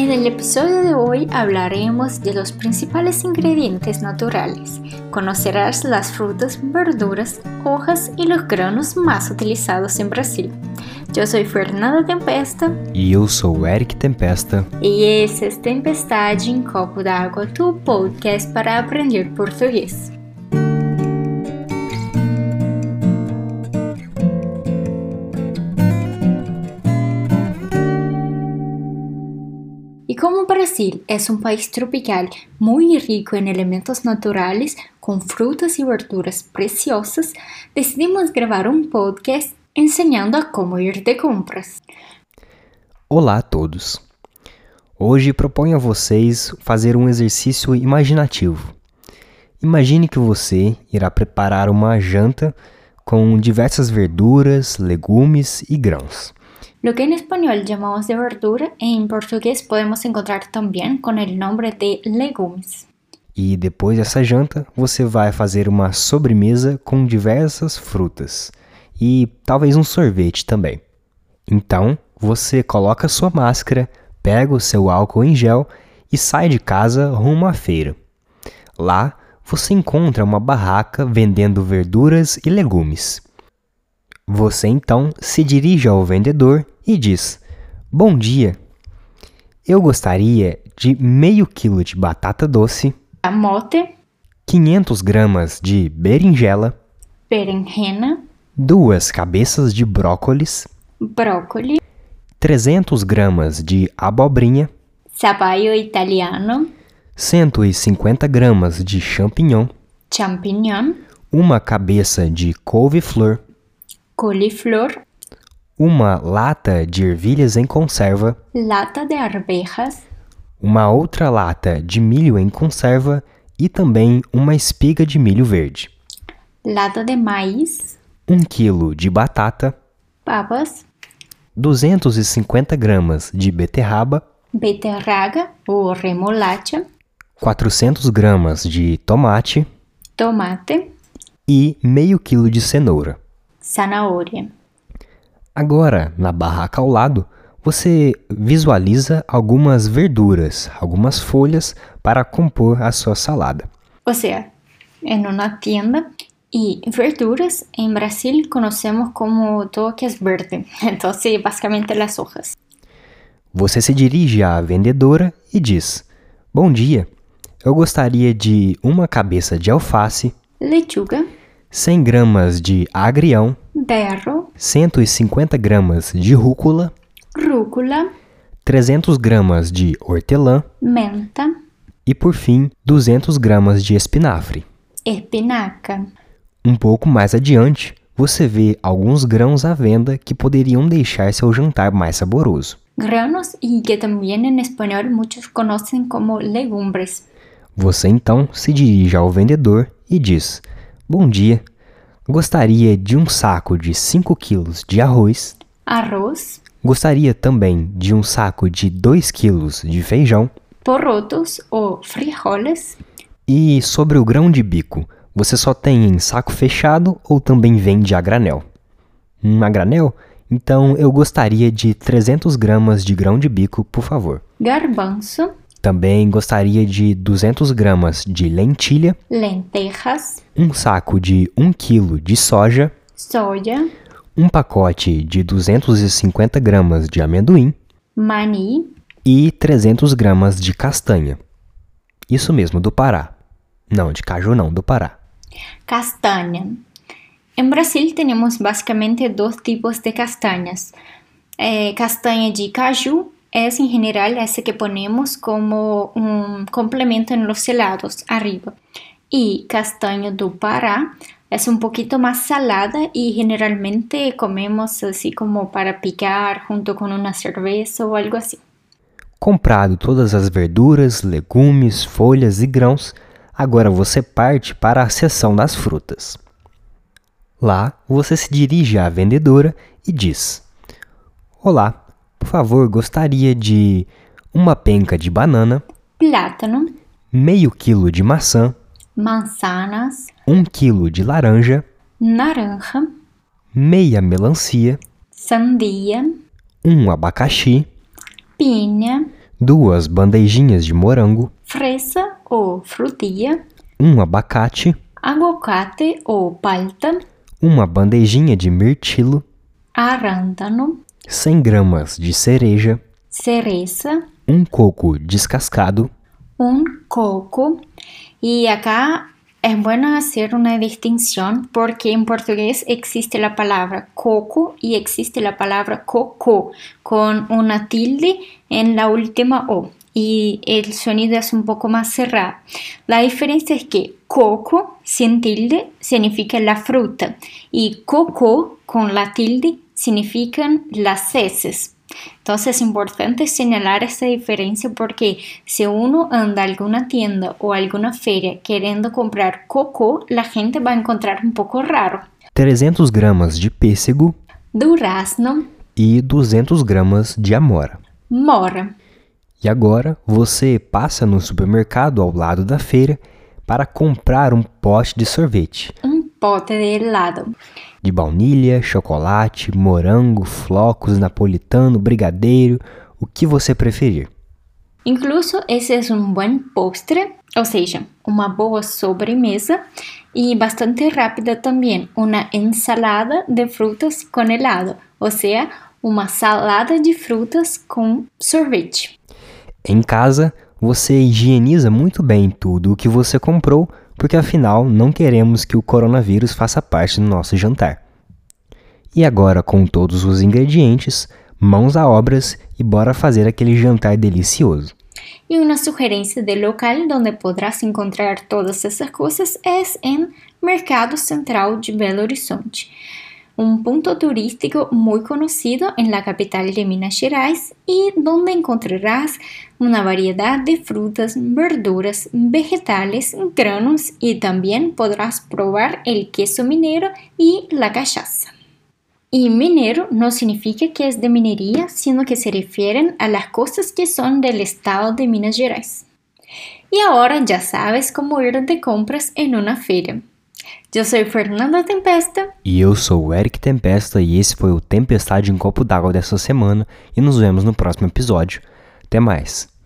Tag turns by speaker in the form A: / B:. A: En el episodio de hoy hablaremos de los principales ingredientes naturales. Conocerás las frutas, verduras, hojas y los granos más utilizados en Brasil. Yo soy Fernanda Tempesta
B: E eu sou o Eric Tempesta.
A: y ese es Tempestad en Copo de Agua, tu podcast para aprender portugués. Y como Brasil es un país tropical muy rico en elementos naturales, con frutas y verduras preciosas, decidimos grabar un podcast enseñando a cómo ir de compras.
B: Olá a todos! Hoje proponho a vocês fazer um exercício imaginativo. Imagine que você irá preparar uma janta com diversas verduras, legumes e grãos.
A: Lo que en español llamamos de verdura, e en portugués podemos encontrar también con el nombre de legumes.
B: E depois dessa janta, você vai fazer uma sobremesa com diversas frutas e talvez um sorvete também. Então, você coloca sua máscara, pega o seu álcool em gel e sai de casa rumo à feira. Lá, você encontra uma barraca vendendo verduras e legumes. Você então se dirige ao vendedor e diz: Bom dia, eu gostaria de meio quilo de batata doce.
A: Amote,
B: 500 gramas de berinjela,
A: berenjena,
B: duas cabeças de brócolis,
A: brócoli,
B: 300 gramas de abobrinha,
A: zapallo italiano,
B: 150 gramas de champignon,
A: champiñón,
B: uma cabeça de couve-flor,
A: coliflor,
B: uma lata de ervilhas em conserva,
A: lata de arvejas,
B: uma outra lata de milho em conserva e também uma espiga de milho verde,
A: lata de maíz,
B: 1 quilo de batata,
A: papas,
B: 250 gramas de beterraba,
A: beterraga o remolacha,
B: 400 gramas de tomate,
A: tomate,
B: e meio quilo de cenoura.
A: zanahoria.
B: Agora, na barraca ao lado, você visualiza algumas verduras, algumas folhas para compor a sua salada.
A: O sea, en una tienda. Y verduras en Brasil conocemos como todo que es verde, entonces básicamente las hojas.
B: Você se dirige à vendedora e diz: Bom dia, eu gostaria de uma cabeça de alface,
A: Lechuga,
B: 100 gramas de agrião,
A: berro,
B: 150 gramas de rúcula,
A: rúcula,
B: 300 gramas de hortelã
A: menta,
B: e, por fim, 200 gramas de espinafre.
A: espinaca.
B: Um pouco mais adiante, você vê alguns grãos à venda que poderiam deixar seu jantar mais saboroso.
A: Granos y que también en español muchos conocen como legumbres.
B: Você então se dirige ao vendedor e diz: Bom dia, gostaria de um saco de 5 quilos de arroz,
A: Arroz,
B: gostaria também de um saco de 2 quilos de feijão,
A: porotos o frijoles,
B: e sobre o grão de bico, você só tem em saco fechado ou também vende a granel? Hum, a granel? Então eu gostaria de 300 gramas de grão de bico, por favor.
A: garbanzo,
B: Também gostaria de 200 gramas de lentilha,
A: lentejas,
B: um saco de 1 kg de soja,
A: soya,
B: um pacote de 250 gramas de amendoim
A: maní,
B: e 300 gramas de castanha. Isso mesmo, do Pará. Não, de caju não, do Pará.
A: Castaña. En Brasil tenemos básicamente dos tipos de castañas. Eh, castaña de caju es en general esa que ponemos como un complemento en los helados arriba. Y castaña do Pará es un poquito más salada y generalmente comemos así como para picar junto con una cerveza o algo así.
B: Comprado todas as verduras, legumes, folhas e grãos, agora você parte para a seção das frutas. Lá, você se dirige à vendedora e diz: Olá, por favor, gostaria de uma penca de banana,
A: Plátano,
B: meio quilo de maçã,
A: manzanas,
B: um quilo de laranja,
A: naranja,
B: meia melancia,
A: sandía,
B: um abacaxi,
A: piña,
B: duas bandejinhas de morango,
A: fresa ou frutilha,
B: um abacate,
A: aguacate ou palta,
B: uma bandejinha de mirtilo,
A: arândano,
B: 100 gramas de cereja,
A: cereza,
B: um coco descascado,
A: un coco. Y acá es bueno hacer una distinción porque en portugués existe la palabra coco y existe la palabra coco con una tilde en la última O. Y el sonido es un poco más cerrado. La diferencia es que coco sin tilde significa la fruta y coco con la tilde significan las heces. Entonces es importante señalar esta diferencia porque si uno anda a alguna tienda o a alguna feria queriendo comprar coco, la gente va a encontrar un poco raro.
B: 300 gramas de pêssego
A: Durazno,
B: e 200 gramas de amora.
A: mora,
B: E agora você passa no supermercado ao lado da feira para comprar um pote de sorvete
A: un pote de helado,
B: de baunilha, chocolate, morango, flocos, napolitano, brigadeiro, o que você preferir.
A: Incluso ese es un buen postre, o sea, una boa sobremesa y bastante rápida también, una ensalada de frutas con helado, o sea, una salada de frutas con sorvete.
B: Em casa, você higieniza muito bem tudo o que você comprou, porque afinal não queremos que o coronavírus faça parte do nosso jantar. E agora, com todos os ingredientes, mãos a obras e bora fazer aquele jantar delicioso.
A: Y una sugerencia de local donde podrás encontrar todas esas cosas es en Mercado Central de Belo Horizonte, un punto turístico muy conocido en la capital de Minas Gerais y donde encontrarás una variedad de frutas, verduras, vegetales, granos y también podrás probar el queso minero y la cachaza. Y minero no significa que es de minería, sino que se refieren a las cosas que son del estado de Minas Gerais. Y ahora ya sabes cómo ir de compras en una feria. Yo soy Fernanda Tempesta.
B: E eu sou o Eric Tempesta e esse foi o Tempestade em Copo d'Água dessa semana e nos vemos no próximo episódio. Até mais!